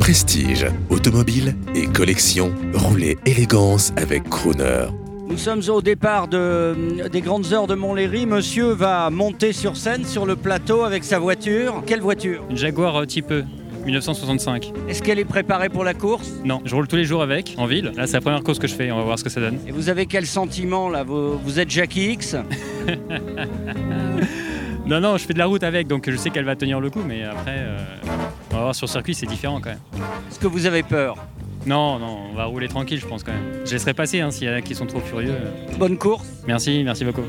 Prestige, automobile et collection, roulez élégance avec Crooner. Nous sommes au départ de- des grandes heures de Montlhéry. Monsieur va monter sur scène, sur le plateau avec sa voiture. Quelle voiture Une Jaguar euh, type E, 1965. Est-ce qu'elle est préparée pour la course Non, je roule tous les jours avec, en ville. Là, c'est la première course que je fais, on va voir ce que ça donne. Et vous avez quel sentiment là vous, vous êtes Jackie X Non, non, je fais de la route avec, donc je sais qu'elle va tenir le coup, mais après, euh, on va voir sur le circuit, c'est différent quand même. Est-ce que vous avez peur Non, non, on va rouler tranquille, je pense quand même. Je laisserai passer hein, s'il y en a qui sont trop furieux. Bonne course Merci, merci beaucoup.